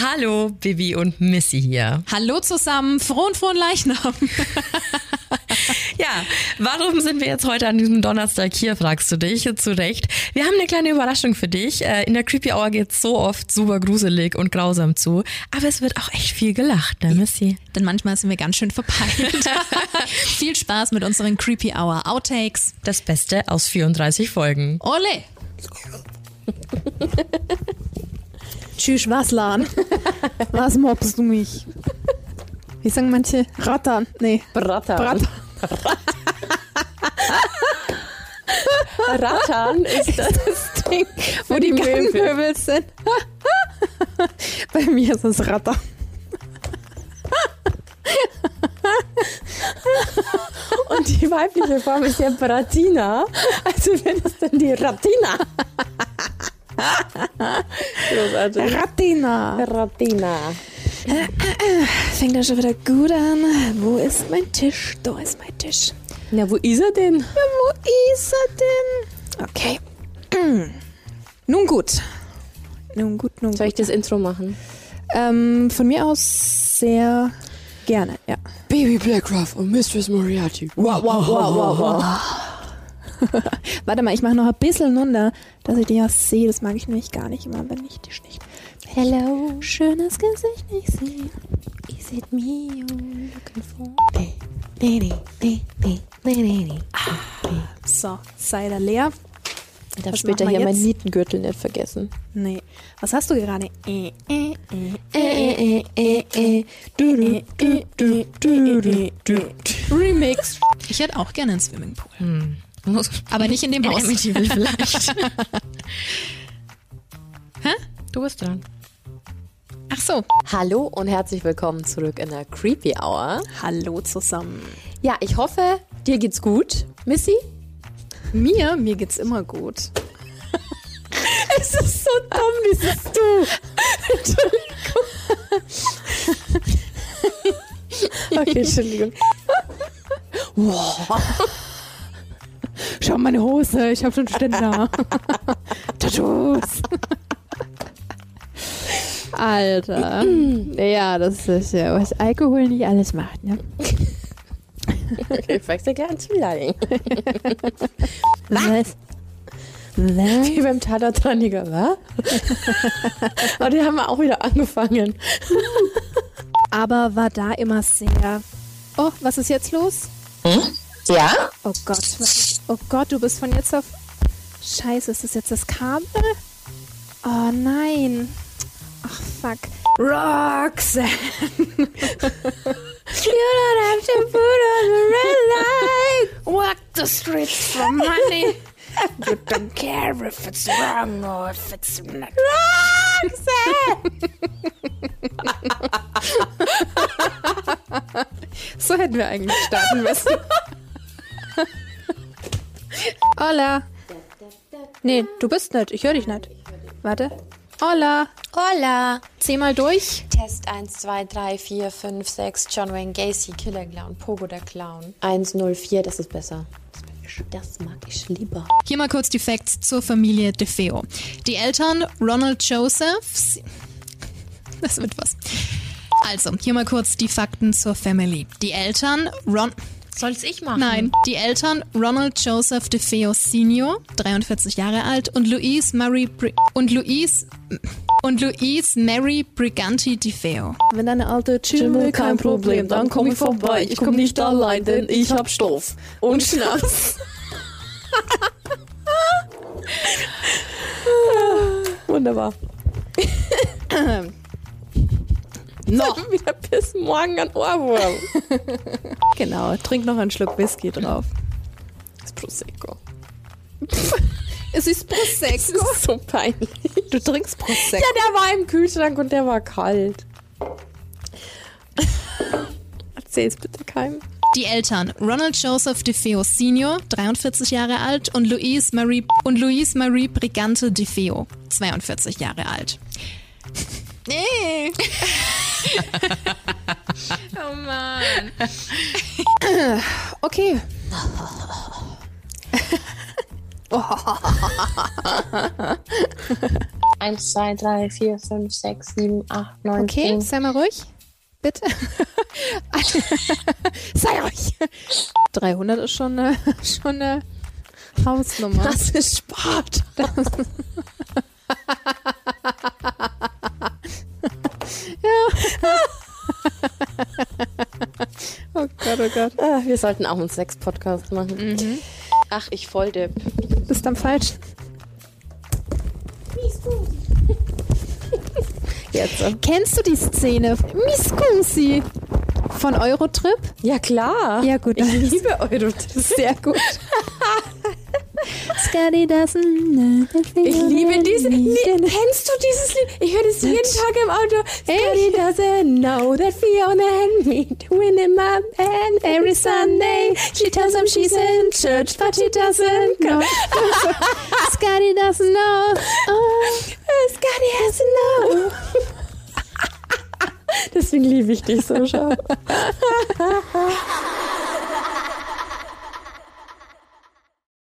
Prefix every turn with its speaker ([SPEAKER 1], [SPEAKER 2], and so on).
[SPEAKER 1] Hallo, Bibi und Missy hier.
[SPEAKER 2] Hallo zusammen, frohen, frohen Leichnam.
[SPEAKER 1] Ja, warum sind wir jetzt heute an diesem Donnerstag hier, fragst du dich, zu Recht. Wir haben eine kleine Überraschung für dich. Äh, In der Creepy Hour geht's so oft super gruselig und grausam zu, aber es wird auch echt viel gelacht, ne, Missy?
[SPEAKER 2] Denn manchmal sind wir ganz schön verpeilt. Viel Spaß mit unseren Creepy Hour Outtakes.
[SPEAKER 1] Das Beste aus 34 Folgen.
[SPEAKER 2] Ole!
[SPEAKER 3] Tschüss, was, Lan? Was mobst du mich? Wie sagen manche? Rattern. Nee,
[SPEAKER 4] Brattern.
[SPEAKER 3] Brattern.
[SPEAKER 4] Rattern ist das.
[SPEAKER 3] das Ding, wo die
[SPEAKER 4] die Möbel.
[SPEAKER 3] Gartenmöbel sind. Bei mir ist es Rattern.
[SPEAKER 4] Und die weibliche Form ist ja Bratina. Also wenn es dann die Ratina. Großartig.
[SPEAKER 3] Rattina.
[SPEAKER 4] Ratina.
[SPEAKER 3] Fängt ja schon wieder gut an. Wo ist mein Tisch? Da ist mein Tisch.
[SPEAKER 4] Na, wo ist er denn?
[SPEAKER 3] Ja, wo ist er denn? Okay. Nun gut. Nun gut, nun
[SPEAKER 4] Soll
[SPEAKER 3] gut.
[SPEAKER 4] ich das Intro machen?
[SPEAKER 3] Ähm, von mir aus sehr gerne, ja.
[SPEAKER 4] Baby Blackruff und Mistress Moriarty. Wow, wow, wow, wow, wow.
[SPEAKER 3] Warte mal, ich mache noch ein bisschen runter, dass ich dich ja sehe. Das mag ich nämlich gar nicht immer, wenn ich dich nicht. Hello. Schönes Gesicht nicht sehe. Is it me you're looking for? So, sei da leer.
[SPEAKER 4] Ich darf
[SPEAKER 3] Was
[SPEAKER 4] später
[SPEAKER 3] machen wir
[SPEAKER 4] hier meinen
[SPEAKER 3] jetzt?
[SPEAKER 4] Nietengürtel nicht vergessen.
[SPEAKER 3] Nee. Was hast du gerade? Äh, äh, äh. äh,
[SPEAKER 4] Remix.
[SPEAKER 2] Ich hätte auch gerne einen Swimmingpool.
[SPEAKER 1] Muss
[SPEAKER 2] Aber nicht in dem Haus.
[SPEAKER 1] Amityville vielleicht. Hä? Du bist dran.
[SPEAKER 2] Ach so.
[SPEAKER 4] Hallo und herzlich willkommen zurück in der Creepy Hour.
[SPEAKER 3] Hallo zusammen.
[SPEAKER 4] Ja, ich hoffe, dir geht's gut, Missy.
[SPEAKER 3] Mir, mir geht's immer gut.
[SPEAKER 4] Es ist so dumm, dieses Du.
[SPEAKER 3] Okay, Entschuldigung. Schau meine Hose, ich habe schon Ständer. Tattoos. Alter. ja, das ist ja, was Alkohol nicht alles macht, ne?
[SPEAKER 4] Ich frag's dir ganz viel
[SPEAKER 3] Was? Was?
[SPEAKER 4] Wie beim Tatortreiniger, wa? Aber die haben wir auch wieder angefangen.
[SPEAKER 3] Aber war da immer sehr. Oh, was ist jetzt los?
[SPEAKER 4] Ja?
[SPEAKER 3] Oh Gott, was- oh Gott, du bist von jetzt auf. Scheiße, ist das jetzt das Kabel? Oh nein. Ach fuck. Roxanne. you don't have to put on the red light. Walk the streets for money. You don't care if it's wrong or if it's not. Roxanne! so hätten wir eigentlich starten müssen. Hola. Nee, du bist nicht. Ich höre dich nicht. Warte. Hola.
[SPEAKER 5] Hola!
[SPEAKER 3] Zieh mal durch.
[SPEAKER 5] Test 1, 2, 3, 4, 5, 6. John Wayne Gacy, Killer Clown, Pogo der Clown.
[SPEAKER 4] 104, das ist besser. Das mag ich lieber.
[SPEAKER 2] Hier mal kurz die Facts zur Familie DeFeo. Die Eltern Ronald Josephs. Das wird was. Also, hier mal kurz die Fakten zur Family. Die Eltern Ron.
[SPEAKER 1] Soll's ich machen?
[SPEAKER 2] Nein, die Eltern Ronald Joseph DeFeo Senior, 43 Jahre alt, und Louise Mary Bri und Louise und Louise Mary Briganti DeFeo.
[SPEAKER 3] Wenn deine alte Chimmel, kein Problem, dann komm ich vorbei. Ich komm nicht allein, denn ich hab Stoff.
[SPEAKER 4] Und Schnaps. Wunderbar.
[SPEAKER 3] Noch.
[SPEAKER 4] Wieder bis morgen an Ohrwurm.
[SPEAKER 3] Genau, trink noch einen Schluck Whisky drauf.
[SPEAKER 4] Das Prosecco.
[SPEAKER 3] Es ist Prosecco.
[SPEAKER 4] Das ist so peinlich.
[SPEAKER 3] Du trinkst Prosecco.
[SPEAKER 4] Ja, der war im Kühlschrank und der war kalt.
[SPEAKER 3] Erzähl's bitte keinem.
[SPEAKER 2] Die Eltern Ronald Joseph DeFeo Senior, 43 Jahre alt, und Louise Marie und Louise Marie Brigante DeFeo, 42 Jahre alt. Nee. oh Mann.
[SPEAKER 3] Okay.
[SPEAKER 5] 1, 2, 3, 4, 5, 6, 7, 8, 9,
[SPEAKER 4] Okay,
[SPEAKER 5] 10.
[SPEAKER 4] sei mal ruhig. Bitte. sei ruhig.
[SPEAKER 3] 300 ist schon eine, schon eine Hausnummer.
[SPEAKER 4] Das ist Sport.
[SPEAKER 3] Oh Gott, oh Gott.
[SPEAKER 6] Ah, wir sollten auch einen Sex-Podcast machen. Ach, ich voll Depp.
[SPEAKER 3] Bist am falschen.
[SPEAKER 6] Jetzt. äh.
[SPEAKER 3] Kennst du die Szene? Miss Kunsi von Eurotrip?
[SPEAKER 6] Ja, klar.
[SPEAKER 3] Ja, gut.
[SPEAKER 6] Ich liebe Eurotrip.
[SPEAKER 3] Sehr gut. Scotty doesn't know that we
[SPEAKER 6] Ich
[SPEAKER 3] are
[SPEAKER 6] liebe dieses Lied.
[SPEAKER 3] in-
[SPEAKER 6] Kennst du dieses Lied? Ich höre das jeden Tag im Auto. Scotty
[SPEAKER 3] Echt?
[SPEAKER 6] doesn't know that Fiona and me win in my band every Sunday. She tells him she's in church, but she doesn't go.
[SPEAKER 3] Scotty doesn't know. Oh.
[SPEAKER 6] Scotty doesn't know. Deswegen liebe ich dich so, schau.